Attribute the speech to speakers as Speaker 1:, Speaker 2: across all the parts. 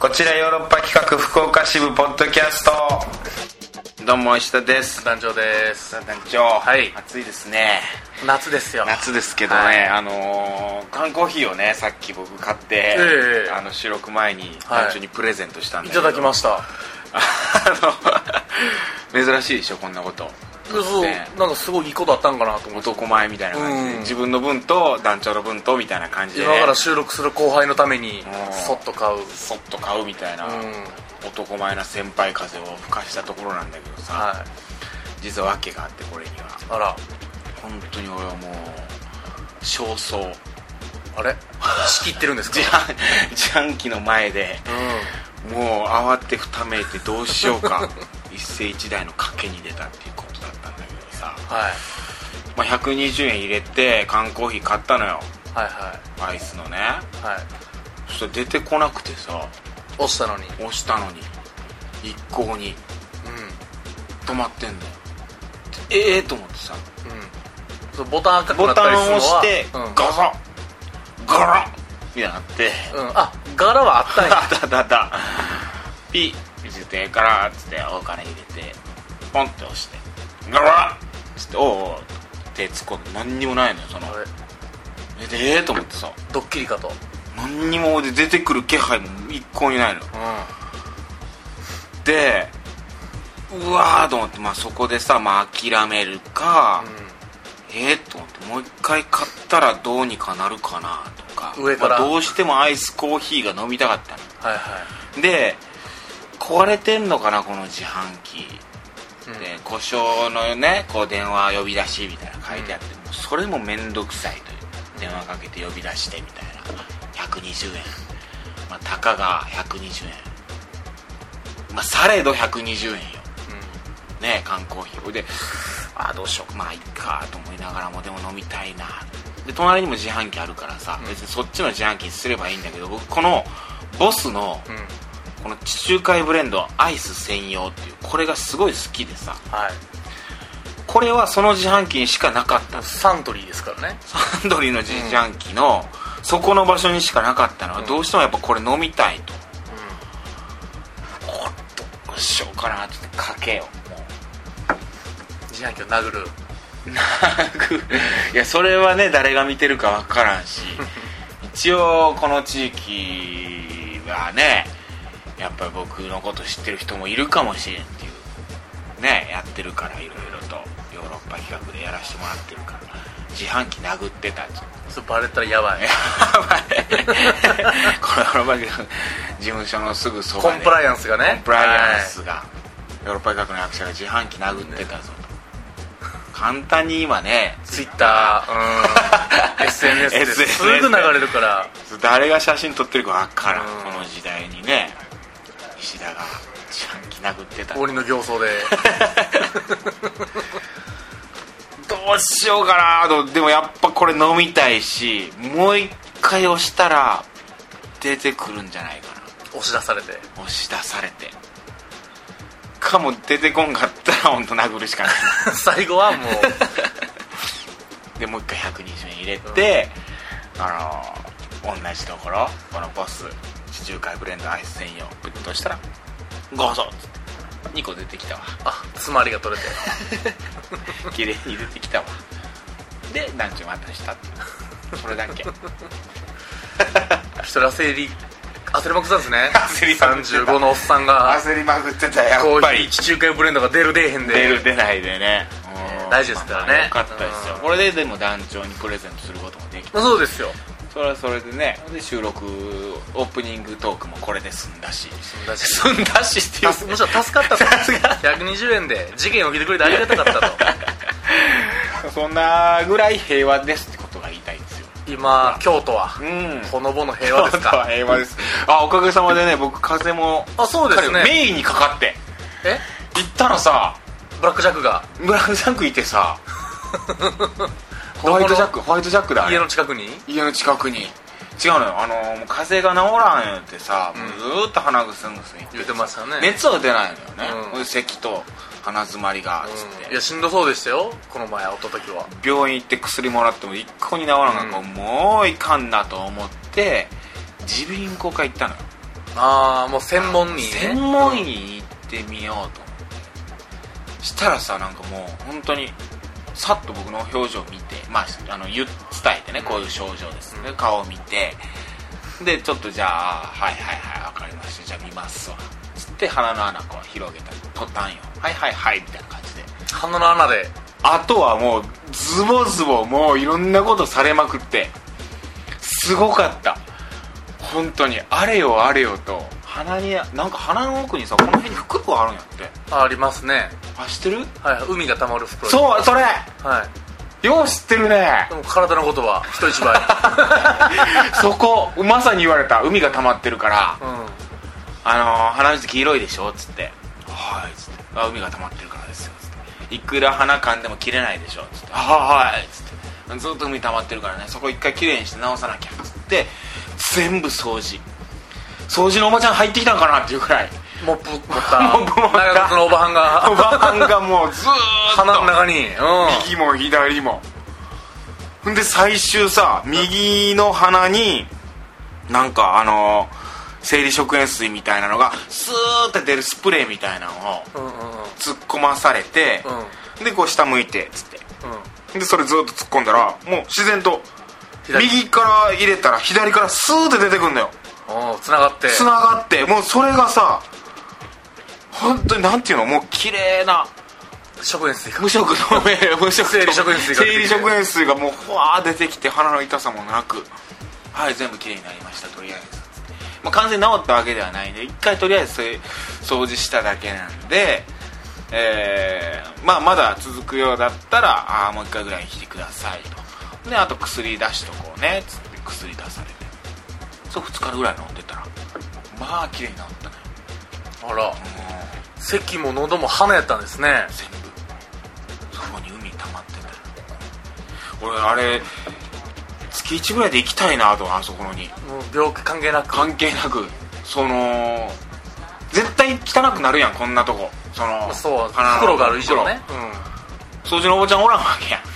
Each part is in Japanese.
Speaker 1: こちらヨーロッパ企画福岡支部ポッドキャストどうも石田です
Speaker 2: 団長です
Speaker 1: 団長、
Speaker 2: はい
Speaker 1: 暑いですね
Speaker 2: 夏ですよ
Speaker 1: 夏ですけどね、
Speaker 2: はい
Speaker 1: あのー缶コーヒーをねさっき僕買って、
Speaker 2: ええ
Speaker 1: あの収録前に
Speaker 2: はい
Speaker 1: 団長にプレゼントしたん
Speaker 2: い
Speaker 1: で
Speaker 2: ただきま
Speaker 1: し
Speaker 2: した
Speaker 1: あの珍しいでしょこんなこと
Speaker 2: そう
Speaker 1: ね
Speaker 2: なんかすごいいいことあったんかなと思って
Speaker 1: 男前みたいな感じで、
Speaker 2: うん
Speaker 1: 自分の分と団長の分とみたいな感じで、
Speaker 2: 今
Speaker 1: ね、
Speaker 2: から収録する後輩のために
Speaker 1: ん
Speaker 2: そっと買う
Speaker 1: そっと買うみたいな、
Speaker 2: うん
Speaker 1: 男前な先輩風を吹かしたところなんだけどさ、
Speaker 2: はい
Speaker 1: 実は訳があってこれには
Speaker 2: あら
Speaker 1: 本当に俺はもう焦燥
Speaker 2: あれ仕切ってるんです か
Speaker 1: 自販自販機の前で
Speaker 2: う
Speaker 1: もう慌てふためいてどうしよう か一世一代の賭けに出たっていうことだったんだけどさ、
Speaker 2: んはい
Speaker 1: まあ、120円入れて缶コーヒー買ったのよ
Speaker 2: はいは
Speaker 1: アイスのね
Speaker 2: いはい
Speaker 1: そしたら出てこなくてさ
Speaker 2: 押したのに
Speaker 1: 押したのに一向に
Speaker 2: う
Speaker 1: 止まってんだよええと思ってさ
Speaker 2: んうんそうボタン赤くな
Speaker 1: ボ
Speaker 2: った
Speaker 1: タ
Speaker 2: り
Speaker 1: ン
Speaker 2: する
Speaker 1: を
Speaker 2: の
Speaker 1: 押
Speaker 2: は
Speaker 1: して
Speaker 2: う
Speaker 1: ガ
Speaker 2: ん
Speaker 1: サッガラッみたいになって
Speaker 2: うんあ柄はあった んや
Speaker 1: あったあったあったピッつってガラッつってお金入れてポンって押してガラッつっておうおうって突っ込んで何にもないのよその
Speaker 2: あれ
Speaker 1: えでええと思ってさ
Speaker 2: ドッキリかとうん
Speaker 1: 何にも出てくる気配も一向にないのでうわーと思って、まあ、そこでさ、まあ、諦めるか、えー、と思ってもう一回買ったらどうにかなるかなとか
Speaker 2: 上から
Speaker 1: まあどうしてもアイスコーヒーが飲みたかった
Speaker 2: はいはい
Speaker 1: ので壊れてんのかなこの自販機
Speaker 2: うん
Speaker 1: で故障のねこう電話呼び出しみたいな書いてあって、もうそれも面倒くさいという電話かけて呼び出してみたいな120円まあたかが120円まあされど120円よね缶コーヒーでああどうしようかまあいっかと思いながらもでも飲みたいなで隣にも自販機あるからさ、別にそっちの自販機にすればいいんだけど僕このボスの
Speaker 2: うんうん
Speaker 1: この地中海ブレンドアイス専用っていうこれがすごい好きでさ
Speaker 2: はい
Speaker 1: これはその自販機にしかなかった
Speaker 2: サントリーですからね
Speaker 1: サンドリーの自販機のそこの場所にしかなかったのはどうしてもやっぱこれ飲みたいと、おっとどうしようかなちょっとかけようもう
Speaker 2: 自販機を殴る
Speaker 1: いやそれはね誰が見てるか分から んし一応この地域はねやっぱり僕のこと知ってる人もいるかもしれんっていうねやってるからいろいろとヨーロッパ企画でやらせてもらってるから自販機殴ってたっていう
Speaker 2: それバレたらやばい
Speaker 1: このヨーロッパ企画の事務所のすぐそば
Speaker 2: コ
Speaker 1: で
Speaker 2: ンプライアンスがね
Speaker 1: コンプライアンスが、ヨーロッパ企画の役者が自販機殴ってたぞと、簡単に今ね
Speaker 2: ツイッタ ー、うん、SNS です
Speaker 1: SNS
Speaker 2: すぐ流れるから
Speaker 1: 誰が写真撮ってるか分からん、
Speaker 2: うん
Speaker 1: この時代にね石田が自販機殴ってたど
Speaker 2: 氷の形相で
Speaker 1: うしようかなとでもやっぱこれ飲みたいしもう一回押したら出てくるんじゃないか
Speaker 2: 押し出されて
Speaker 1: な押し出されてかも出てこんかったら本当殴るしかない
Speaker 2: 最後はもう
Speaker 1: でもう一回120円入れて、あのー同じところこのボス地中海ブレンドアイス専用プッとしたらゴソッつって2個出て きたわ
Speaker 2: あ詰まりが取れて
Speaker 1: 綺麗に出てきたわで団長またしたっていうそれだけ
Speaker 2: 一人焦り焦りまくってたんですね
Speaker 1: 焦りまくってた
Speaker 2: 35のおっさんが
Speaker 1: りまくってたや
Speaker 2: コーヒー地中海ブレンドが出る出えへんで
Speaker 1: 出る出ないでね
Speaker 2: うん大事ですからね
Speaker 1: よかったですよ
Speaker 2: うん
Speaker 1: これででも団長にプレゼントすることもできた
Speaker 2: まあそうですよ
Speaker 1: それはそれでねで収録オープニングトークもこれで済んだし
Speaker 2: んだし
Speaker 1: 済んだしってい
Speaker 2: た
Speaker 1: う
Speaker 2: すむしろ助かったと120円で事件起きてくれてありがた かったと
Speaker 1: そんなぐらい平和ですってことが言いたいんですよ
Speaker 2: 今京都は
Speaker 1: うん
Speaker 2: ほのぼの平和です
Speaker 1: 京都は
Speaker 2: か
Speaker 1: 平和ですあおかげさまでね僕風邪も
Speaker 2: あそうですね
Speaker 1: メインにかかって
Speaker 2: え
Speaker 1: 行ったらさ
Speaker 2: ブラックジャックが
Speaker 1: ブラックジャックいてさ ホワイトジャックホワイトジャックだあれ
Speaker 2: 家の近くに
Speaker 1: 家の近くに違うのよあのーもう風邪が治らんよってさ、もうずーっと鼻ぐすんぐすん言って
Speaker 2: 言ってましたね
Speaker 1: 熱は出ないのよね
Speaker 2: うん、
Speaker 1: ほいで咳と鼻詰まりがつって、
Speaker 2: うんいやしんどそうでしたよこの前会った時は
Speaker 1: 病院行って薬もらっても一向に治らんから、
Speaker 2: うん
Speaker 1: もういかんなと思って耳鼻咽喉科行ったのよ
Speaker 2: ああもう専門にね
Speaker 1: 専門医行ってみようと思ってしたらさなんかもう本当にさっと僕の表情を見て、まあ、あの言伝えてねこういう症状ですね、顔を見てでちょっとじゃあはいはいはい分かりましたじゃあ見ますわつって鼻の穴こう広げたり取ったんよはいはいはいみたいな感じで
Speaker 2: 鼻の穴で
Speaker 1: あとはもうズボズボもういろんなことされまくってすごかった本当にあれよあれよと鼻になんか鼻の奥にさこの辺に袋があるんやって
Speaker 2: あありますね
Speaker 1: あ知ってる
Speaker 2: はい海がたまる袋う
Speaker 1: そうそれ
Speaker 2: はい
Speaker 1: よう知ってる ね
Speaker 2: でも体のことは人一 倍
Speaker 1: そこまさに言われた海が溜まってるから
Speaker 2: うん
Speaker 1: あのー鼻水黄色いでしょ?」っつって「はい」っつってあ「海が溜まってるからですよ」っつって「いくら鼻かんでも切れないでしょ?」っつって「はいはい」っつって「ずっと海溜まってるからねそこ一回きれいにして直さなきゃ」っつって全部掃除掃除のおばちゃん入ってきたんかなっていうくらい
Speaker 2: モップ持った
Speaker 1: モップ持った
Speaker 2: 長靴のおばはんが
Speaker 1: おばあんがもうずーっと
Speaker 2: 鼻の中にう
Speaker 1: 右も左もほんで最終さ右の鼻になんかあの生理食塩水みたいなのがスーって出るスプレーみたいなのを
Speaker 2: んうんうんうん
Speaker 1: 突っ込まされて、でこう下向いてっつっ
Speaker 2: うん
Speaker 1: てでそれずっと突っ込んだらもう自然と
Speaker 2: 左
Speaker 1: 右から入れたら左からスーって出てくんだよ
Speaker 2: おつながって
Speaker 1: つながってもうそれがさ本当になんていうのもう綺麗な
Speaker 2: 食塩水が
Speaker 1: 無色の目無色
Speaker 2: 生理食塩水が
Speaker 1: 生理食塩水がもうふわー出てきて鼻の痛さもなくはい全部きれいになりましたとりあえず、まあ、完全に治ったわけではないんで一回とりあえずそれ掃除しただけなんでえーまあまだ続くようだったらああーもう一回ぐらい来てくださいとであと薬出しとこうねつって薬出されてそう2日ぐらい飲んでたらまあ綺麗になったね
Speaker 2: あら
Speaker 1: もう
Speaker 2: 咳も喉も鼻やったんですね
Speaker 1: 全部そこに海溜まってた俺あれ月1ぐらいで行きたいなとあそこに
Speaker 2: もう病気関係なく
Speaker 1: 関係なくその絶対汚くなるやんこんなとこその
Speaker 2: そう
Speaker 1: 花の
Speaker 2: 袋がある以上ね
Speaker 1: 袋掃除のおばちゃんおらんわけやん
Speaker 2: うん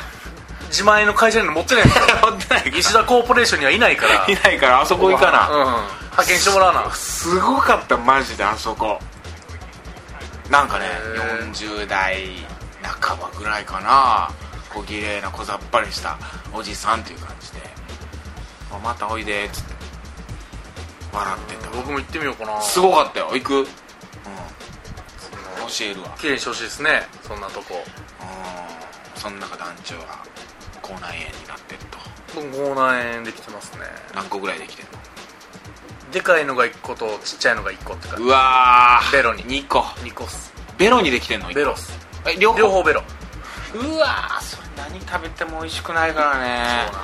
Speaker 2: 自前の会社にも持っ てないんですよ
Speaker 1: 持ってない
Speaker 2: 石田コーポレーションにはいないから
Speaker 1: いないからあそこ行かな、
Speaker 2: うん派遣してもらわな
Speaker 1: すごかったマジであそこなんかね
Speaker 2: へー
Speaker 1: 40代半ばぐらいかな小綺麗な小ざっぱりしたおじさんっていう感じで「あまたおいで」っつって笑ってた
Speaker 2: 僕も行ってみようかな
Speaker 1: すごかったよ行く、うん、教えるわ
Speaker 2: 綺麗にしてほしいですねそんなとこ
Speaker 1: うんそん中団長は口内炎になってると
Speaker 2: 僕口内炎できてますね
Speaker 1: 何個ぐらいできてる
Speaker 2: でかいのが1個とちっちゃいのが1個って感
Speaker 1: の
Speaker 2: じ
Speaker 1: うわー
Speaker 2: ベロに
Speaker 1: 2個
Speaker 2: 2個っす
Speaker 1: ベロにできてんの
Speaker 2: ベロっす
Speaker 1: え両方
Speaker 2: 両方ベロ
Speaker 1: うわーそれ何食べても美味しくないから
Speaker 2: そう
Speaker 1: ね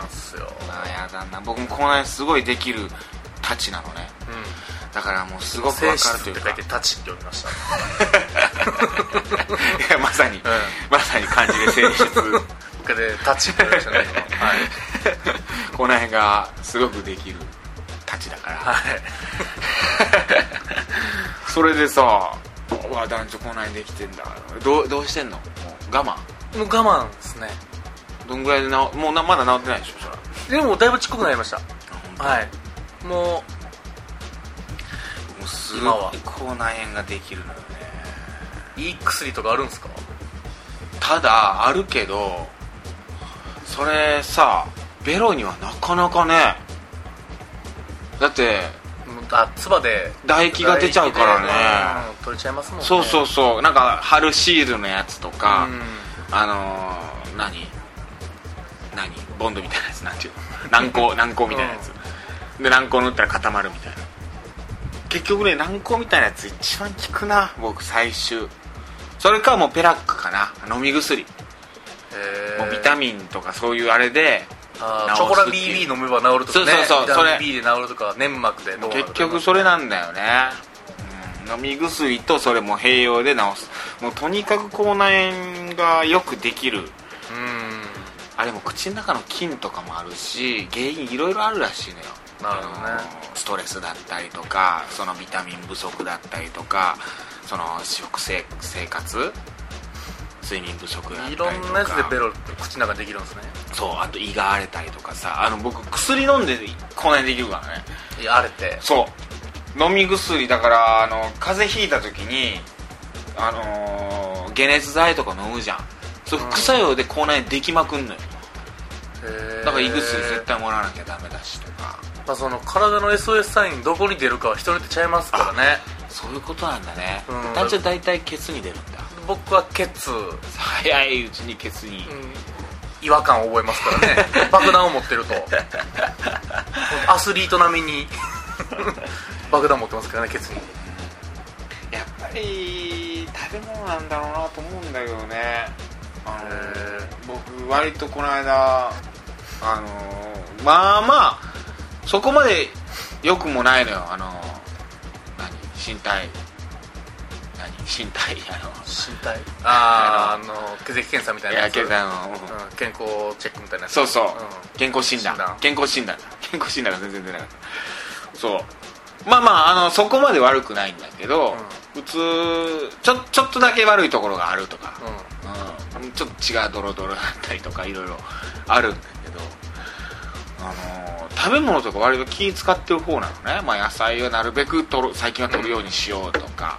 Speaker 2: なんすよ
Speaker 1: うわやだな僕もこの辺すごいできるたちなのね
Speaker 2: う
Speaker 1: だからもうす
Speaker 2: ん
Speaker 1: ごく
Speaker 2: 性
Speaker 1: わ
Speaker 2: 質
Speaker 1: か
Speaker 2: っ
Speaker 1: るとい
Speaker 2: て
Speaker 1: う
Speaker 2: 書
Speaker 1: か
Speaker 2: いてタチって読みました
Speaker 1: いやまさに、まさに漢字で性質
Speaker 2: 僕でタチって読みましたね今はい
Speaker 1: この辺がすごくできるたちだから、
Speaker 2: はい
Speaker 1: それでさうわ男女この辺できてんだどうどうしてんのもう我慢
Speaker 2: もう我慢ですね
Speaker 1: どんぐらいで治もうなまだ治ってないでしょそら
Speaker 2: でもだいぶちっこくなりました
Speaker 1: い
Speaker 2: はいも
Speaker 1: もうすご
Speaker 2: 今はい
Speaker 1: 口内炎ができるのよね
Speaker 2: ういい薬とかあるんですか
Speaker 1: ただあるけどそれさベロにはなかなかねだって
Speaker 2: うんあ唾で
Speaker 1: 唾液が出ちゃうからね
Speaker 2: 唾液でうん取れちゃいますもんね
Speaker 1: そうそううそうなんか春シールのやつとか、
Speaker 2: ん
Speaker 1: あのー、何何ボンドみたいなやつなんていうの軟 膏軟膏みたいなやつ、で軟膏塗ったら固まるみたいな結局ね軟膏みたいなやつ一番効くな僕最終それかもうペラックかな飲み薬、
Speaker 2: へー
Speaker 1: もうビタミンとかそういうあれで
Speaker 2: あ
Speaker 1: 治
Speaker 2: ー
Speaker 1: すっ
Speaker 2: チ
Speaker 1: ていう
Speaker 2: ョコラ BB 飲めば治るとかね
Speaker 1: そうそうそう
Speaker 2: ビタミン
Speaker 1: それ
Speaker 2: B で治るとか粘膜でどうなる
Speaker 1: 結
Speaker 2: とか
Speaker 1: 局それなんだよね、うん、飲み薬とそれも併用で治すもうとにかく口内炎がよくできる
Speaker 2: うん
Speaker 1: あれも口の中の菌とかもあるし原因いろいろあるらしいのよ
Speaker 2: なるほどね
Speaker 1: あのストレスだったりとかそのビタミン不足だったりとかその食生生活睡眠不足だったり
Speaker 2: い
Speaker 1: とか
Speaker 2: ろんなやつでベロって口の中できるんですね
Speaker 1: そうあと胃が荒れたりとかさあの僕薬飲んでこないできるからね
Speaker 2: いやあれって
Speaker 1: そう飲み薬だからあの風邪ひいた時にあのー解熱剤とか飲むじゃんそう
Speaker 2: うん
Speaker 1: 副作用で口内炎できまくんのよだから胃薬絶
Speaker 2: 対
Speaker 1: 対もらわなきゃダメだしとか
Speaker 2: まあその体の SOS サインどこに出るかは人によってちゃいますからね
Speaker 1: そういうことなんだね
Speaker 2: うん
Speaker 1: 団長大体ケツに出るんだ
Speaker 2: 僕はケツ、うん、
Speaker 1: 早いうちにケツに
Speaker 2: 違和感を覚えますからね 爆弾を持ってるとアスリート並み に爆弾持ってますからねケツに
Speaker 1: やっぱり食べ物なんだろうなと思うんだけどねあの僕割とこの間あのまあまあそこまで良くもないのよあの何身体何身体 あの
Speaker 2: 身体あああの血液検査みたいなやつ
Speaker 1: けどあの
Speaker 2: うん健康チェックみたいなやつ
Speaker 1: そうそう、
Speaker 2: ん
Speaker 1: 健康診断
Speaker 2: 診断
Speaker 1: 健康診断 だ健康診断が全然出なかったそうまあまああのそこまで悪くないんだけど、普通ちょちょっとだけ悪いところがあるとか、
Speaker 2: うん
Speaker 1: うんちょっと血がドロドロだったりとかいろいろあるんだけど、あのー食べ物とか割と気使ってる方なのね、まあ、野菜をなるべく取る最近は取るようにしようとか、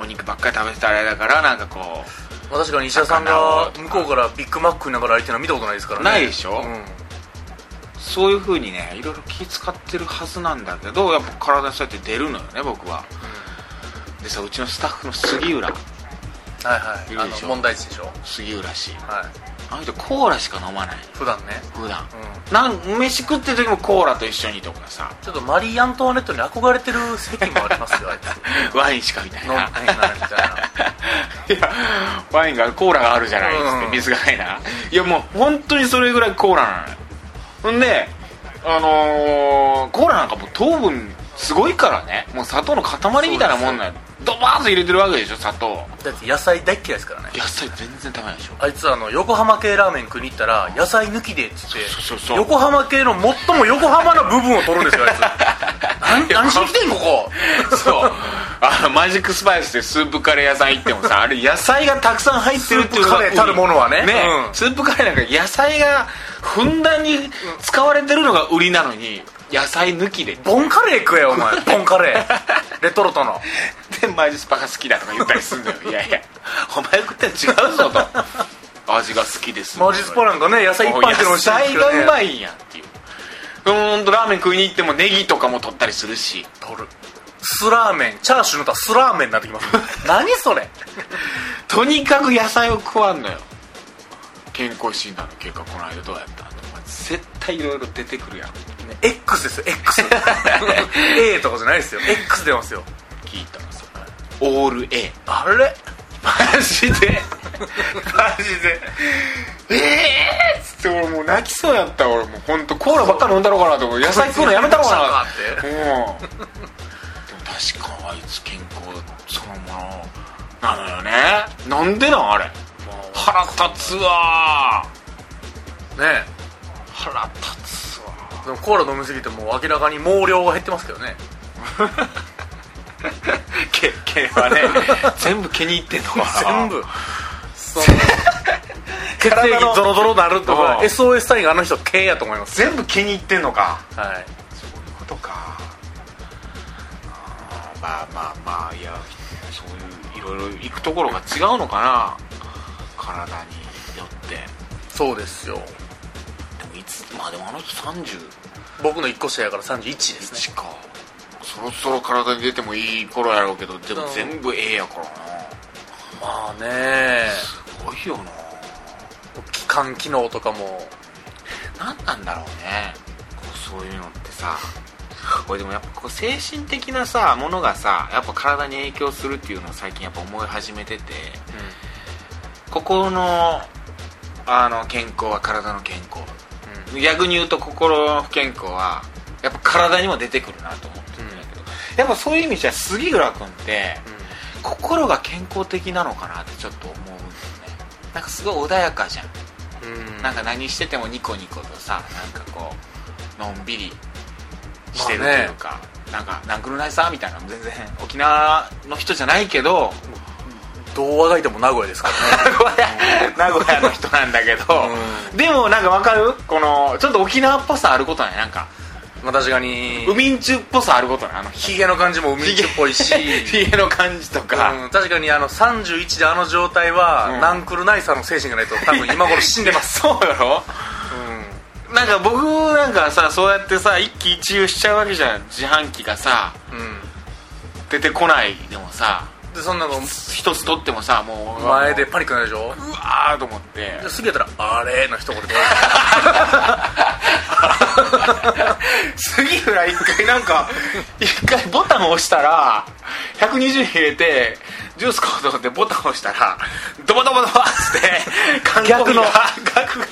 Speaker 1: お肉ばっかり食べてたらあれだからなんかこ
Speaker 2: まあ確かに石田さんが向こうからビッグマック食いながら相手の見たことないですからね
Speaker 1: ないでしょ
Speaker 2: うん
Speaker 1: うそういう風にねいろいろ気使ってるはずなんだけどやっぱ体にそうやって出るのよね僕はでさうちのスタッフの杉浦
Speaker 2: はいはい
Speaker 1: い
Speaker 2: あ
Speaker 1: るでしょ
Speaker 2: の問題児でしょ
Speaker 1: 杉浦氏
Speaker 2: はい
Speaker 1: あの人コーラしか飲まない
Speaker 2: 普段ね
Speaker 1: 普段
Speaker 2: うん
Speaker 1: なん飯食ってる時もコーラと一緒にとかさ
Speaker 2: ちょっとマリー・アントワネットに憧れてる席もあります よあいつ
Speaker 1: ワインしかみたい
Speaker 2: 飲んで
Speaker 1: な
Speaker 2: ないみたいない
Speaker 1: やワインがコーラがあるじゃないっつって、
Speaker 2: うん
Speaker 1: 水がないないやもう本当にそれぐらいコーラなのよほんであのーコーラなんかもう糖分すごいからねもう砂糖の塊みたいなもんなのドバーッと入れてるわけでしょ砂糖
Speaker 2: だって野菜大っ嫌いですからね
Speaker 1: 野菜全然食べないでしょ
Speaker 2: あいつあの横浜系ラーメン食いに行ったら野菜抜きでっつって
Speaker 1: そうそうそう
Speaker 2: 横浜系の最も横浜な部分を取るんですよあいつ何何しに来てんここ
Speaker 1: そうあのマジックスパイスでスープカレー屋さん行ってもさあれ野菜がたくさん入ってるっていうのが
Speaker 2: スープカレーたるものはねうん
Speaker 1: スープカレーなんか野菜がふんだんに使われてるのが売りなのに野菜抜きで
Speaker 2: ボンカレー食えよお前ボンカレーレトルトの
Speaker 1: でマジスパが好きだとか言ったりすんだよいやいやお前食ってんの違うぞと味が好きです
Speaker 2: マジスパ
Speaker 1: ラ
Speaker 2: なんかね野菜いっぱい入って
Speaker 1: 野
Speaker 2: るの美味しいです
Speaker 1: 菜
Speaker 2: けどね
Speaker 1: がうまいんやっていううんとラーメン食いに行ってもネギとかも取ったりするし
Speaker 2: 取る酢ラーメンチャーシューのったら酢ラーメンになってきます 何それ
Speaker 1: とにかく野菜を食わんのよ健康診断の結果この間どうやったとか絶対いろいろ出てくるやん
Speaker 2: X ですよ XA とかじゃないですよ X 出ますよ
Speaker 1: 聞いたらさオール A
Speaker 2: あれ
Speaker 1: マジでマジでええーっつって俺もう泣きそうやった俺もう本当コーラばっかり飲んだろうかなと思う野菜食うのやめたろうかな
Speaker 2: っ
Speaker 1: もうでも確かあいつ健康そのものなのよねなんでなんあれ腹立つわ
Speaker 2: てね
Speaker 1: 腹立つわ
Speaker 2: えでもコーラ飲みすぎてもう明らかに毛量が減ってますけどね
Speaker 1: 毛毛は ね全部毛にいってんのかな
Speaker 2: 全部その 血液ドロドロなると
Speaker 1: う
Speaker 2: か
Speaker 1: ん
Speaker 2: SOS サインがあの人 K やと思います
Speaker 1: 全部毛にいってんのかそ
Speaker 2: はい
Speaker 1: ういうことかあーまあまあまあいやそういういろいろ行くところが違うのかな体によって
Speaker 2: そうですよ
Speaker 1: でもいつまあでもあの人31
Speaker 2: 僕の1個下やから31ですね
Speaker 1: か、そろそろ体に出てもいい頃やろうけどでも
Speaker 2: うん
Speaker 1: 全部 A やからな
Speaker 2: まあね
Speaker 1: すごいよな
Speaker 2: 気管機能とかも
Speaker 1: 何なんだろうねこうそういうのってさこれでもやっぱこう精神的なさものがさやっぱ体に影響するっていうのを最近やっぱ思い始めてて心のあの健康は体の健康逆に言うと心の不健康はやっぱ体にも出てくるなと思ってるんだけど、やっぱそういう意味じゃ杉浦君って心が健康的なのかなってちょっと思うんだよねなんかすごい穏やかじゃんなんか何しててもニコニコとさなんかこうのんびりしてるというか、なんかなんくるないさみたいなの全然沖縄の人じゃないけど
Speaker 2: 童話がいても名古屋ですか
Speaker 1: 名古屋名古屋の人なんだけど、
Speaker 2: らね
Speaker 1: でもなんかわかるこのちょっと沖縄っぽさあることないなんか
Speaker 2: まあ確かに
Speaker 1: ウミンチュっぽさあることなあのひ
Speaker 2: ヒゲの感じも海っぽいし
Speaker 1: ひげの感じとか、
Speaker 2: うん、確かにあの31であの状態は、
Speaker 1: うん
Speaker 2: ナンクルナイサーの精神がないと多分今頃死んでます、
Speaker 1: そうやろ
Speaker 2: う
Speaker 1: なんか僕なんかさそうやってさ一喜一憂しちゃうわけじゃん自販機がさ
Speaker 2: んうん、
Speaker 1: 出てこないでもさ
Speaker 2: でそんなの
Speaker 1: 一つ取ってもさもう
Speaker 2: 前でパニックになるでしょ
Speaker 1: うわーと思って
Speaker 2: で次やったら「あれ?」の一言で終わ
Speaker 1: 杉浦一回なんか一回ボタンを押したら120円入れてジュース買おうと思ってボタンを押したらドバドバドバっつって韓
Speaker 2: 逆
Speaker 1: 国
Speaker 2: の
Speaker 1: が額が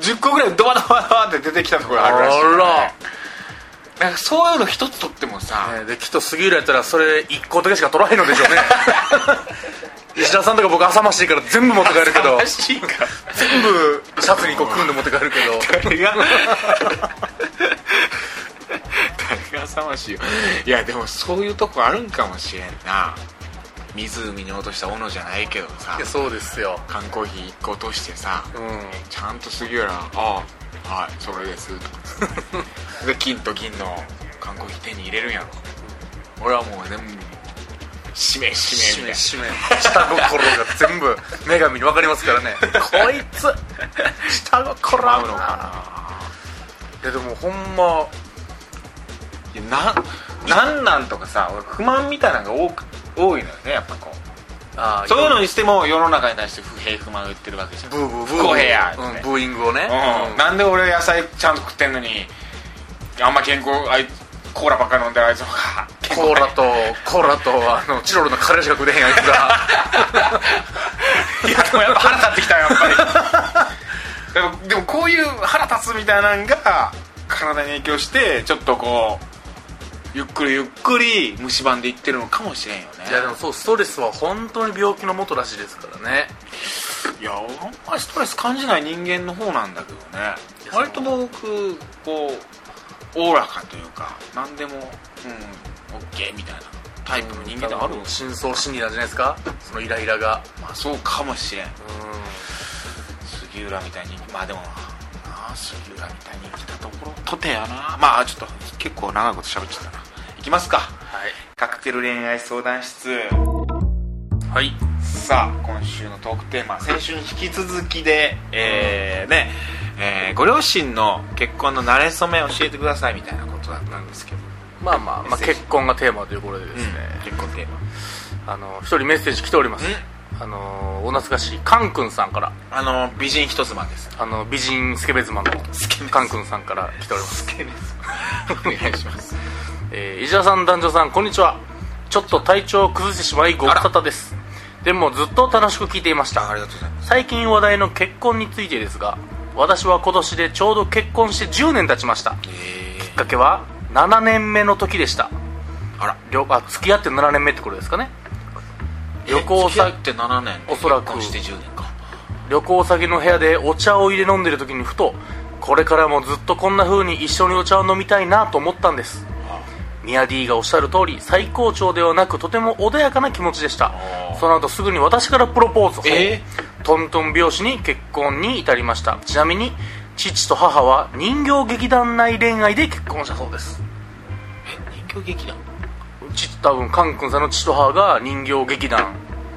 Speaker 1: 10個ぐらいドバドバドバって出てきたところあるらしい、
Speaker 2: あ
Speaker 1: なんかそういうの一つ取っても
Speaker 2: る
Speaker 1: さ、
Speaker 2: ねできっと杉浦やったらそれ1個だけしか取らへんのでしょ うね石田さんとか僕浅ましいから全部持って帰る けど
Speaker 1: 悲しいから
Speaker 2: 全部シャツにこう組んで持って帰るけど
Speaker 1: 誰が誰がさましいよいやでもそういうとこあるんかもしれんな湖に落とした斧じゃないけどさ
Speaker 2: いやそうですよ
Speaker 1: 缶コーヒー1個落としてさ、
Speaker 2: うん
Speaker 1: ちゃんと杉浦「ああはいそれです」 とかで金と銀の缶コーヒー手に入れるんやろ俺はもう全部「しめし
Speaker 2: し
Speaker 1: め」み
Speaker 2: め
Speaker 1: たい
Speaker 2: しめ下心が全部女神に分かりますからねこいつ下心
Speaker 1: な
Speaker 2: 合
Speaker 1: 合う
Speaker 2: う
Speaker 1: の
Speaker 2: のか
Speaker 1: か
Speaker 2: ないやでもほんま
Speaker 1: ないやななんなんとかさ俺不満みたいなのが多く多いのよねやっぱこう
Speaker 2: あー
Speaker 1: そういうのにしても世の中に対して不平不満を言ってるわけじゃん
Speaker 2: ブーブーブー
Speaker 1: 不公平や
Speaker 2: うん
Speaker 1: って
Speaker 2: ブーイングをね
Speaker 1: うん、なんで俺野菜ちゃんと食ってんのにあんま健康あいコーラばっか飲んでるあいつの方が健康
Speaker 2: コーラとコーラとあのチロルのカレーしか食えへんやつが
Speaker 1: いやでもやっぱ腹立ってきたやっぱりでもでもこういう腹立つみたいなのが体に影響してちょっとこうゆっくりゆっくり虫歯でいってるのかもしれんよね
Speaker 2: いやでもそうストレスは本当に病気のもとらしいですからね
Speaker 1: いやあんまりストレス感じない人間の方なんだけどね
Speaker 2: いや
Speaker 1: 割と僕こうおおらかというか何でもうんオッケーみたいなタイプの人間ではあるの
Speaker 2: 深層心理なんじゃないですかそのイライラが
Speaker 1: まあそうかもしれん
Speaker 2: う
Speaker 1: 杉浦みたいにまあでもなあ杉浦みたいに来たところとてやなまあちょっと結構長いこと喋っちゃったないきますか
Speaker 2: んはい
Speaker 1: カクテル恋愛相談室
Speaker 2: はい
Speaker 1: さあ今週のトークテーマ先週に引き続きでえー、ねえーご両親の結婚の慣れ初め教えてくださいみたいなことだったんですけど、
Speaker 2: まあまあ、まあ、結婚がテーマということでですね、
Speaker 1: 結婚テーマ
Speaker 2: あの一人メッセージ来ておりますあのお懐かしいカン君さんから
Speaker 1: あの美人一妻です
Speaker 2: あの美人スケベ妻のカン君さんから来ております、
Speaker 1: お願いします
Speaker 2: えー、石田さん男女さんこんにちはちょっと体調を崩してしまいご無沙汰ですでもずっと楽しく聞いていました
Speaker 1: ありがとうございます
Speaker 2: 最近話題の結婚についてですが私は今年でちょうど結婚して10年経ちましたき
Speaker 1: え
Speaker 2: っかけは7年目の時でした
Speaker 1: あら
Speaker 2: 旅あ付き合って7年目ってことですかね旅行
Speaker 1: 付き合
Speaker 2: 先
Speaker 1: って7年
Speaker 2: おそら
Speaker 1: 結
Speaker 2: く
Speaker 1: 婚して10年か
Speaker 2: 旅行先の部屋でお茶を入れ飲んでる時にふとこれからもずっとこんな風に一緒にお茶を飲みたいなと思ったんですミヤ D がおっしゃる通り最高潮ではなくとても穏やかな気持ちでした
Speaker 1: あー
Speaker 2: その後すぐに私からプロポーズ
Speaker 1: え
Speaker 2: トントン拍子に結婚に至りましたちなみに父と母は人形劇団内恋愛で結婚したそうです
Speaker 1: え人形劇団
Speaker 2: 父多分カン君さんの父と母が人形劇団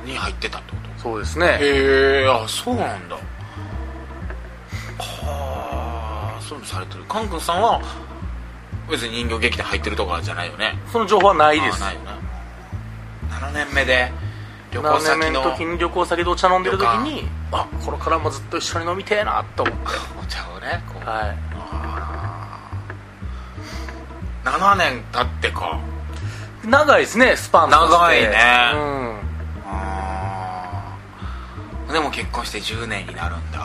Speaker 1: に入ってたってこ
Speaker 2: そうです
Speaker 1: と
Speaker 2: ね
Speaker 1: へえあそうなんだはあそういうのされてるカン君さんは別に人形劇団入ってるとかじゃないよね
Speaker 2: その情報はない
Speaker 1: あ
Speaker 2: で
Speaker 1: あ
Speaker 2: す
Speaker 1: ないよね7年目で旅行
Speaker 2: 7年
Speaker 1: 先
Speaker 2: 目
Speaker 1: の
Speaker 2: の時に旅行先でお茶飲んでる時にあこれからもずっと一緒に飲みてえなと思って
Speaker 1: お茶をねこう、
Speaker 2: はい
Speaker 1: 7年経ってか
Speaker 2: 長いですねスパンとして
Speaker 1: 長いね
Speaker 2: うん
Speaker 1: あーでも結婚して10年になるんだ
Speaker 2: だ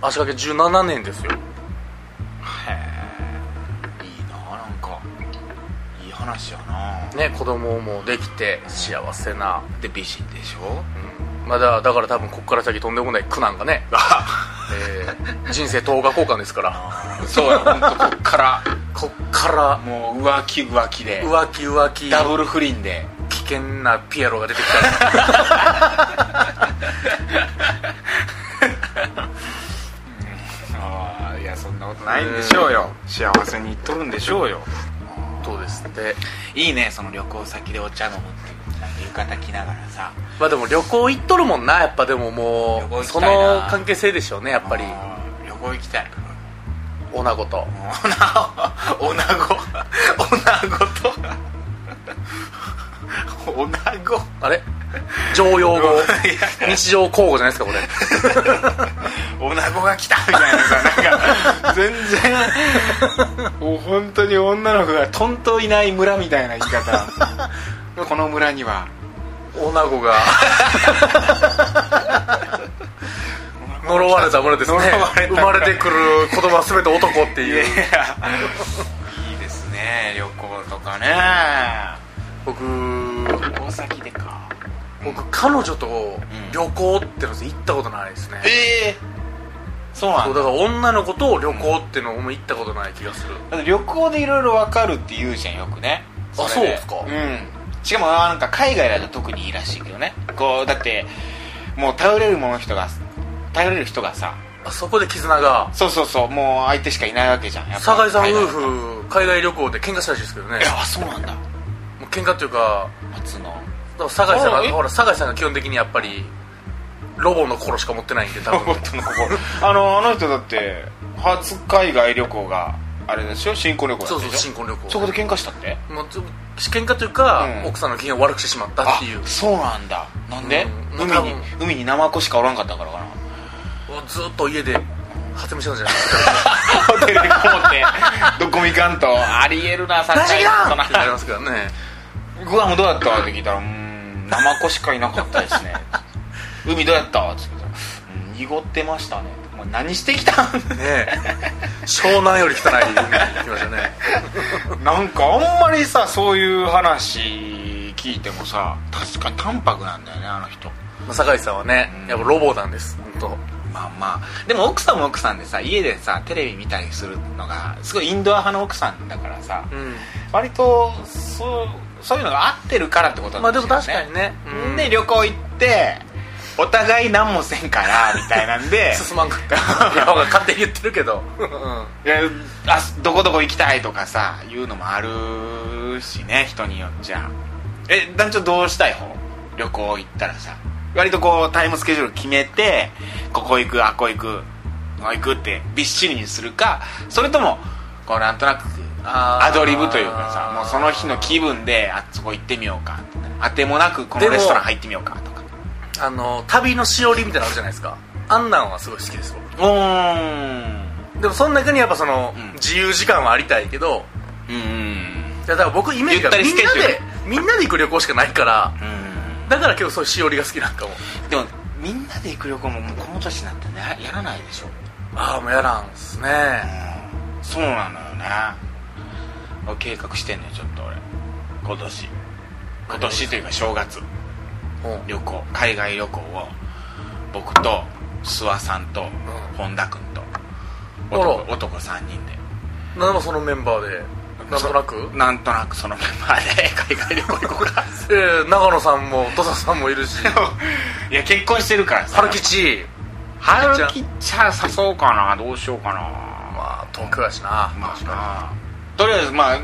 Speaker 2: 足掛け17年ですよ
Speaker 1: へえいいななんかいい話やな
Speaker 2: ね子供もできて幸せな、
Speaker 1: で美人でし ょ
Speaker 2: うんまだだから多分こっから先とんでもない苦難がね、えー人生等価交換ですから
Speaker 1: そうや本当こっから
Speaker 2: こっから
Speaker 1: もう浮気浮気で
Speaker 2: 浮気浮気
Speaker 1: ダブル不倫で
Speaker 2: 危険なピエロが出てきたら
Speaker 1: ああいやそんなこ
Speaker 3: ないんでしょうよ幸せにいっとるんでしょうよ
Speaker 2: そうですって
Speaker 1: いいねその旅行先でお茶飲むっていうなんか浴衣着ながらさ
Speaker 2: まあでも旅行行っとるもんなやっぱでもも
Speaker 1: 旅行行
Speaker 2: う
Speaker 1: き
Speaker 2: そ
Speaker 1: たい
Speaker 2: の
Speaker 1: な
Speaker 2: 関係性でしょうねやっぱり
Speaker 1: あー旅行行きたい
Speaker 2: 女子と
Speaker 1: おなご おなごと おなご
Speaker 2: あれ常用語
Speaker 1: い
Speaker 2: 日常交互じゃないですかこれ
Speaker 1: おなごが来たみたいなさなんか全然
Speaker 3: もう本当に女の子がとんといない村みたいな言い方 この村には
Speaker 2: 女子が 呪われたものですね
Speaker 3: 呪われた
Speaker 2: 生まれてくる言葉は全て男って
Speaker 1: い
Speaker 2: い
Speaker 1: や
Speaker 2: う
Speaker 1: いいですね旅行とかね
Speaker 2: 僕
Speaker 1: 旅行先でか
Speaker 2: 僕彼女と旅行っての行ったことないですね、
Speaker 1: ええそうな
Speaker 2: そ
Speaker 1: ん
Speaker 2: う
Speaker 1: だ
Speaker 2: だから女の子と旅行ってのも行ったことない気がする、
Speaker 1: だって旅行でいろいろ分かるって言うじゃんよくね
Speaker 2: あ
Speaker 1: れ
Speaker 2: そうっすか
Speaker 1: うんしかもなんか海外だと特にいいらしいけどねこうだってもう頼れるもの人が頼れる人がさ
Speaker 2: あそこで絆が
Speaker 1: そうそうそうもう相手しかいないわけじゃんやっぱ
Speaker 2: 酒井さん
Speaker 1: 海外
Speaker 2: 夫
Speaker 1: だと
Speaker 2: 婦海外旅行で喧嘩したらしいですけどね
Speaker 1: いやそうなんだ
Speaker 2: もう喧嘩っていうか
Speaker 1: 初の
Speaker 2: だから酒井さん
Speaker 1: あえ
Speaker 2: がほら酒井さんが基本的にやっぱりロボの頃しか 持ってないんで多分
Speaker 1: 本当のここあのあの人だって初海外旅行があれでしょ新婚旅行だ
Speaker 2: そ
Speaker 1: っ
Speaker 2: う
Speaker 1: た
Speaker 2: そ
Speaker 1: で
Speaker 2: う
Speaker 1: しょ
Speaker 2: 新婚旅行
Speaker 1: そこで喧嘩したって
Speaker 2: もうちょ喧嘩というか、
Speaker 1: うん
Speaker 2: 奥さんの機嫌を悪くしてしまったっていう
Speaker 1: あそうなんだなんで、
Speaker 2: うん
Speaker 1: 海
Speaker 2: 多
Speaker 1: に
Speaker 2: 分
Speaker 1: 海にナマコしかおらんかったからかな
Speaker 2: もうずっと家で発明したんじゃないです
Speaker 1: ホテルでこもってどこも行かんとありえるなさ
Speaker 2: か何
Speaker 1: と
Speaker 2: が
Speaker 1: な
Speaker 2: ってなりますからね
Speaker 1: グアムどうやったって聞いたら「うーんナマコしかいなかったですね」海どうやった?」って聞いたらうん「濁ってましたね」お前何してきたん
Speaker 2: ねえ湘南より汚い海に行きました ね
Speaker 1: なんかあんまりさそういう話聞いてもさ確かに淡白なんだよねあの人
Speaker 2: まあ酒井さんはね
Speaker 1: うん
Speaker 2: やっぱロボなんです本
Speaker 1: まあまあでも奥さんも奥さんでさ家でさテレビ見たりするのがすごいインドア派の奥さんだからさ
Speaker 2: 当。うん
Speaker 1: 割とそうそういうのが合ってるからってこと
Speaker 2: ま
Speaker 1: な
Speaker 2: あ
Speaker 1: んで
Speaker 2: ですも
Speaker 1: よね
Speaker 2: 確かにねうん
Speaker 1: で旅行行ってお互い何もせんからみたいなん で
Speaker 2: 進まんかった いや俺勝手に言ってるけど
Speaker 1: いやあどこどこ行きたいとかさいうのもあるしね人によっちゃえ団長どうしたい方旅行行ったらさ割とこうタイムスケジュール決めてここ行くあここ行くここ行くってびっしりにするかそれともこうなんとなく
Speaker 2: あー
Speaker 1: アドリブというかさもうその日の気分であそこ行ってみようかあてもなくこ
Speaker 2: で
Speaker 1: の
Speaker 2: も
Speaker 1: レストラン入ってみようかとか
Speaker 2: あの旅のしおりみたいなのあるじゃないですかあんなんはすごい好きです僕
Speaker 1: うーん
Speaker 2: でもその中にやっぱその
Speaker 1: うん
Speaker 2: 自由時間はありたいけど
Speaker 1: うんうん
Speaker 2: いやだから僕イメージが
Speaker 1: ゆったり
Speaker 2: み
Speaker 1: ス
Speaker 2: ん
Speaker 1: ケジュ
Speaker 2: な
Speaker 1: ール
Speaker 2: でみんなで行く旅行しかないから
Speaker 1: うん
Speaker 2: だから今日そういうしおりが好きなんかも
Speaker 1: でもみんなで行く旅行ももうこの年になってねやらないでしょ
Speaker 2: ああもうやらんっすね
Speaker 1: そうなのよね俺計画してんのよちょっと俺今年今年というか正月
Speaker 2: うんうん
Speaker 1: 旅行海外旅行を僕と諏訪さんと本田君と
Speaker 2: あ
Speaker 1: 男男3人で
Speaker 2: 何もそのメンバーでなんとなく
Speaker 1: なんとなくそのメンバーで 海外旅行行こうか
Speaker 2: えー長野さんも土佐さんも いるし
Speaker 1: いや結婚してるからさ
Speaker 2: 春吉
Speaker 1: 春
Speaker 2: ちゃん
Speaker 1: 吉ちゃん誘おうかなどうしようかな
Speaker 2: まあ東京やしな
Speaker 1: まあとりあえずまあ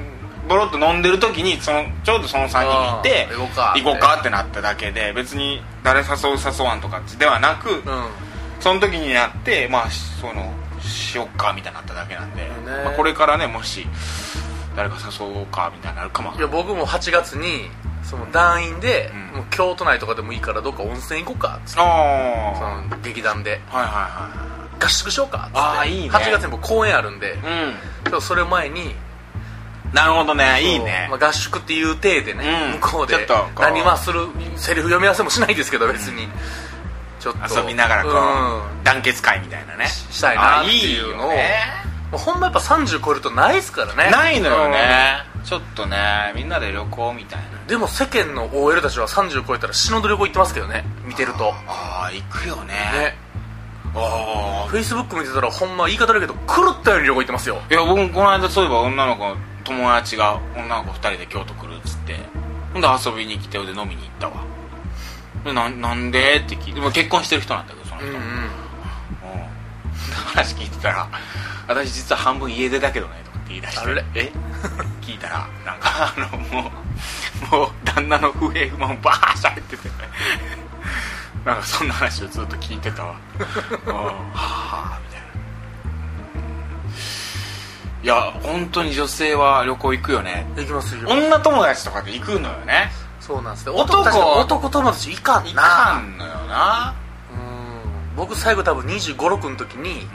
Speaker 1: ボロッと飲んでる時にそのちょうどその3人いて
Speaker 2: あー行こうか
Speaker 1: 行こうかってなっただけで別に誰誘う誘わんとかではなく
Speaker 2: うん
Speaker 1: その時にやってまあそのしよっかみたいになっただけなんで、
Speaker 2: ね
Speaker 1: まあ、これからねもし誰か誘おうかみたいになるかも
Speaker 2: いや僕も8月にその団員で、
Speaker 1: うん
Speaker 2: もう京都内とかでもいいからどっか温泉行こうかっつって
Speaker 1: ああ
Speaker 2: そ
Speaker 1: はい
Speaker 2: の劇団で
Speaker 1: はいは
Speaker 2: 合宿しようかっつって
Speaker 1: あーいいね
Speaker 2: 8月に僕公演あるんで
Speaker 1: いうん
Speaker 2: ちょっとそれを前に
Speaker 1: なるほどねいいね
Speaker 2: そうまあ合宿っていう体でね、
Speaker 1: うん
Speaker 2: 向こうで
Speaker 1: ちょっとこう
Speaker 2: 何はするセリフ読み合わせもしないですけど別に、ちょっと
Speaker 1: 遊びながらこう、
Speaker 2: う
Speaker 1: 団結会みたいなね
Speaker 2: ししたいな
Speaker 1: あ
Speaker 2: っていうのを
Speaker 1: いいよね
Speaker 2: ん、ほんまやっぱ30超えるとないですからね
Speaker 1: ないのよね、ちょっとねみんなで旅行みたいな
Speaker 2: うんでも世間の OL たちは30超えたら死ぬほど旅行行ってますけどね見てると
Speaker 1: ああ行くよね
Speaker 2: ね
Speaker 1: あ
Speaker 2: フェイスブック見てたらほんま言い方だけど狂ったように旅行行ってますよ
Speaker 1: あいや僕もこの間そういえば女の子の友達が女の子2人で京都来るっつってほんで遊びに来てで飲みに行ったわでなんなんでって聞いてでも結婚してる人なんだけどその
Speaker 2: う
Speaker 1: 人、
Speaker 2: ん
Speaker 1: うん
Speaker 2: うん
Speaker 1: 話聞いてたら「私実は半分家出だけどね」とかって言い出して
Speaker 2: あれ
Speaker 1: え聞いたらなんかあのもうもう旦那の不平不満をバーッ喋っててなんかそんな話をずっと聞いてたわうんはあはあみたいないや本当に女性は旅行行くよね
Speaker 2: 行きます行きます
Speaker 1: 女友達とかで行くのよね
Speaker 2: そうなんですね
Speaker 1: 男
Speaker 2: 男確かに男友達いかん
Speaker 1: 行
Speaker 2: な
Speaker 1: かんのよな、
Speaker 2: うん僕最後多分2 5 6の時に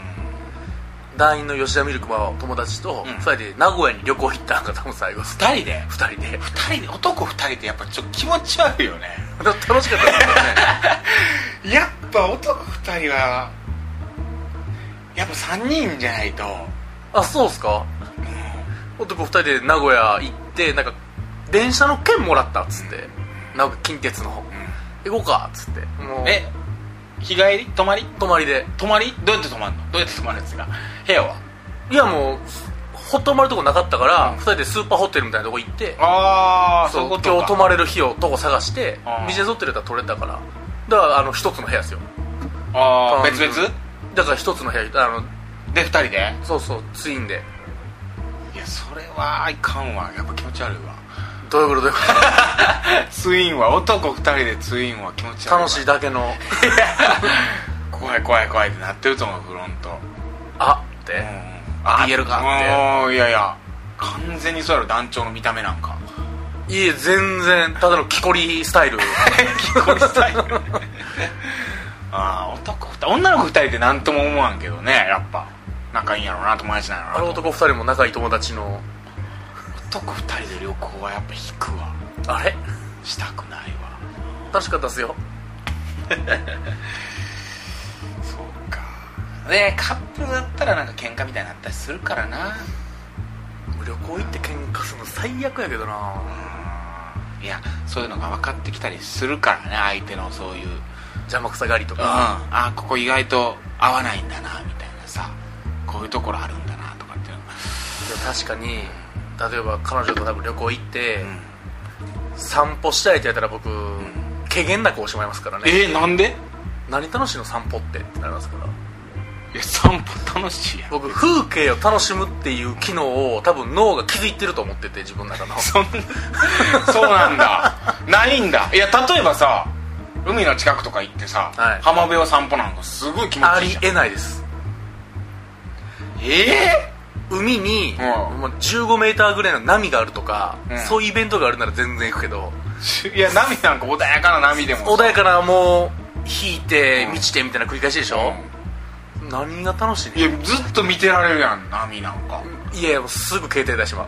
Speaker 2: 団員の吉田ミルクバーを友達と
Speaker 1: うん
Speaker 2: 2人で名古屋に旅行行ったんが多 分最後です
Speaker 1: 2人で
Speaker 2: 2人で
Speaker 1: 二人で男2人ってやっぱちょっと気持ち悪いよね
Speaker 2: 楽しかったですよ ね
Speaker 1: やっぱ男2人はやっぱ3人じゃないと
Speaker 2: あそうっすか男2人で名古屋行ってなんか電車の券もらったっつって名古屋近鉄の行こうかっつってもう
Speaker 1: え日帰り泊まり
Speaker 2: 泊まりで
Speaker 1: 泊まりどうやって泊まるのどうやって泊まるんですか部屋はい
Speaker 2: やもうほ泊まるとこなかったから、
Speaker 1: うん
Speaker 2: 2人でスーパーホテルみたいなとこ行って
Speaker 1: あ
Speaker 2: そう今日泊まれる日をとこ探して
Speaker 1: あー
Speaker 2: ビジネスホテルだったら取れたからだからあの一つの部屋ですよ
Speaker 1: ああ
Speaker 2: うん
Speaker 1: 別々
Speaker 2: だから一つの部屋あの
Speaker 1: で2人で
Speaker 2: そうそうツインで
Speaker 1: いやそれはいかんわやっぱ気持ち悪いわ
Speaker 2: どういうことどういうこ
Speaker 1: ツインは男2人でツインは気持ち悪い
Speaker 2: と
Speaker 1: わ
Speaker 2: 楽しいだけの
Speaker 1: 怖い怖い怖いってなってると思うフロント
Speaker 2: あって、
Speaker 1: あ
Speaker 2: DL か
Speaker 1: っていやいや完全にそうやろ団長の見た目なんか
Speaker 2: いえ全然ただの木こりスタイル
Speaker 1: 木こりスタイル ああ男2人女の子2人って何とも思わんけどねやっぱ仲いいんやろうな友達なんや
Speaker 2: あ
Speaker 1: ろ
Speaker 2: の
Speaker 1: うなと
Speaker 2: 男2人も仲いい友達の
Speaker 1: 男2人で旅行はやっぱ引くわ
Speaker 2: あれ
Speaker 1: したくないわ
Speaker 2: 楽しかったっすよ
Speaker 1: そうかでカップルだったらなんか喧嘩みたいになったりするからな
Speaker 2: 旅行行って喧嘩するの最悪やけどない
Speaker 1: やそういうのが分かってきたりするからね相手のそういううん
Speaker 2: 邪魔くさがりとか
Speaker 1: あここ意外と合わないんだなみたいなさこういうところあるんだなとかっていうのが
Speaker 2: でも確かに例えば彼女と多分旅行行って、
Speaker 1: うん
Speaker 2: 散歩したいってやったら僕、けげんな顔してもらいますからね
Speaker 1: えー、なんで
Speaker 2: 何楽しいの散歩ってってなりますから
Speaker 1: いや散歩楽しいやん
Speaker 2: 僕風景を楽しむっていう機能を多分脳が気づいてると思ってて自分の中の
Speaker 1: そんなそうなんだないんだいや例えばさ海の近くとか行ってさ、
Speaker 2: はい
Speaker 1: 浜辺を散歩なんかすごい気持
Speaker 2: あ
Speaker 1: ちいい
Speaker 2: り
Speaker 1: じゃん
Speaker 2: えないです
Speaker 1: え
Speaker 2: 海に、
Speaker 1: うん
Speaker 2: もう15メーターぐらいの波があるとか、
Speaker 1: うん
Speaker 2: そういうイベントがあるなら全然行くけど
Speaker 1: ー、いや波なんか穏やかな波でも
Speaker 2: 穏やかなもう引いて
Speaker 1: うん
Speaker 2: 満ちてみたいな繰り返しでしょ、何が楽しい
Speaker 1: い
Speaker 2: ね
Speaker 1: やずっと見てられるやん波なんか
Speaker 2: いやもうすぐ携帯出しまう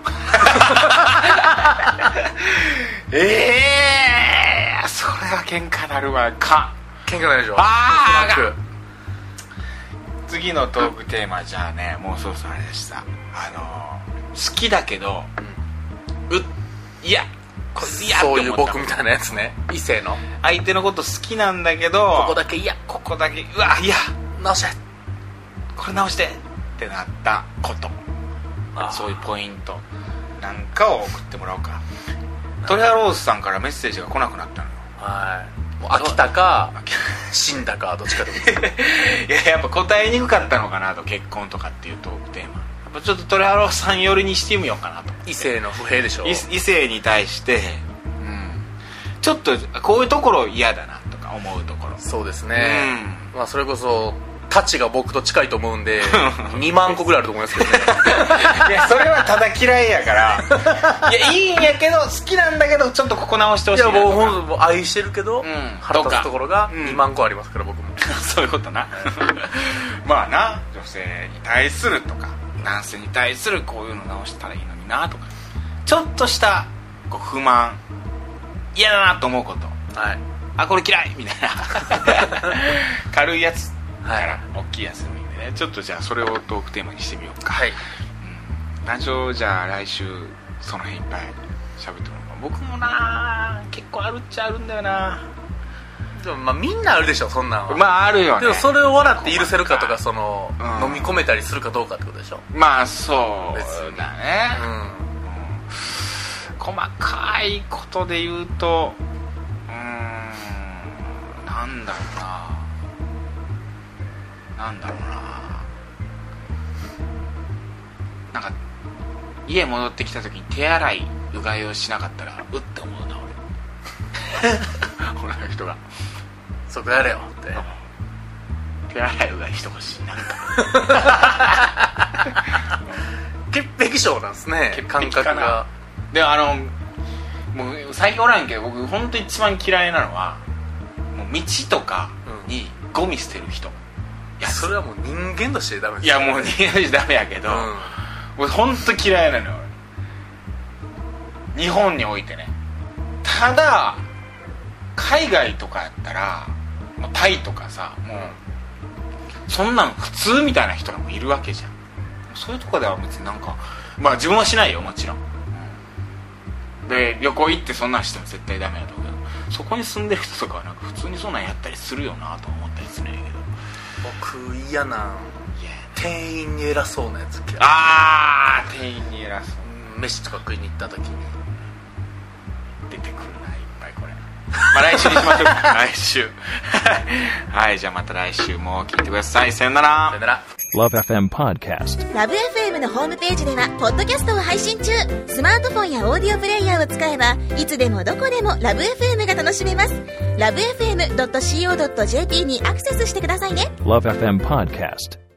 Speaker 1: ええー、それは喧嘩なるわか
Speaker 2: 喧嘩ないでしょ
Speaker 1: あー
Speaker 2: トラック
Speaker 1: 次のトークテーマじゃあねもうそろそろあれでしたあのー、好きだけど、ういやこれ嫌って
Speaker 2: そ
Speaker 1: 思
Speaker 2: うい
Speaker 1: った
Speaker 2: う僕みたいなやつね異性の
Speaker 1: 相手のこと好きなんだけど
Speaker 2: ここだけいや
Speaker 1: ここだけうわいや
Speaker 2: 直せ
Speaker 1: これ直してってなったこと
Speaker 2: あー
Speaker 1: そういうポイントなんかを送ってもらおうかトレアローズさんからメッセージが来なくなったのよ
Speaker 2: はいもう飽きたか死んだかどっちかでもいい
Speaker 1: いややっぱ答えにくかったのかなと結婚とかっていうトークテーマやっぱちょっとトレハローさん寄りにしてみようかなと
Speaker 2: 異性の不平でしょ
Speaker 1: い異性に対して、うん、ちょっとこういうところ嫌だなとか思うところ
Speaker 2: そうですね、まあそれこそタチが僕と近いと思うん で2万個ぐらいあると思いますけどね
Speaker 1: いやそれはただ嫌いやから いやいいんやけど好きなんだけどちょっとここ直してほ
Speaker 2: い
Speaker 1: しい
Speaker 2: や
Speaker 1: なと
Speaker 2: もう
Speaker 1: か
Speaker 2: 本当もう愛してるけど、
Speaker 1: ん
Speaker 2: 腹立
Speaker 1: とか
Speaker 2: つところが
Speaker 1: うん
Speaker 2: 2万個ありますから僕も、
Speaker 1: そういうことなまあな女性に対するとか男性に対するこういうの直したらいいのになとかちょっとしたこう不満嫌だなと思うこと
Speaker 2: はい
Speaker 1: あこれ嫌いみたいな 軽いやつ
Speaker 2: はい
Speaker 1: から大きいやつでもいいんでねちょっとじゃあそれをトークテーマにしてみようか
Speaker 2: はい
Speaker 1: 男女じゃあ来週その辺いっぱい喋ってもらおうか僕もな結構あるっちゃあるんだよな
Speaker 2: でもまあみんなあるでしょそんなんは、
Speaker 1: まああるよね
Speaker 2: でもそれを笑って許せるかとかその、
Speaker 1: うん
Speaker 2: 飲み込めたりするかどうかってことでしょ
Speaker 1: まあそうだね、
Speaker 2: うん
Speaker 1: 細かいことで言うとうーんなんだろうななんだろうななんか家戻ってきた時に手洗いうがいをしなかったらうって思うな俺 ほらの人が
Speaker 2: そこやれよって
Speaker 1: 手洗いうがいしてほしいなんか
Speaker 2: 潔癖症なんですね
Speaker 1: 潔
Speaker 2: 感
Speaker 1: 癖か
Speaker 2: 覚
Speaker 1: な
Speaker 2: が
Speaker 1: であのもう最近おらんけど僕本当一番嫌いなのはもう道とかにゴミ捨てる人、いや
Speaker 2: それはもう人間としてダメです
Speaker 1: いやもう逃げるしダメやけど、
Speaker 2: うん
Speaker 1: 俺本当嫌いなのよ俺日本においてねただ海外とかやったらもうタイとかさもうそんなん普通みたいな人らもいるわけじゃんそういうとこでは別になんかまあ自分はしないよもちろんで旅行行ってそんなんしても絶対ダメだと思うけどそこに住んでる人とかはなんか普通にそんなんやったりするよなと思ったりするんやけど
Speaker 2: 僕嫌なん
Speaker 1: いや
Speaker 2: 店員に偉そうなやつ嫌い
Speaker 1: ああ店員に偉そう
Speaker 2: うん飯とか食いに行った時に
Speaker 1: 出てくるないっぱいこれまあ来週にしましょうか来週 はいじゃあまた来週も聞いてくださいさよなら
Speaker 2: さよなら
Speaker 4: Love FM Podcast.
Speaker 5: ラブ f m のホームページではポッドキャストを配信中スマートフォンやオーディオプレイヤーを使えばいつでもどこでもラブ f m が楽しめますラブ FM.co.jp にアクセスしてくださいね
Speaker 4: Love FM Podcast.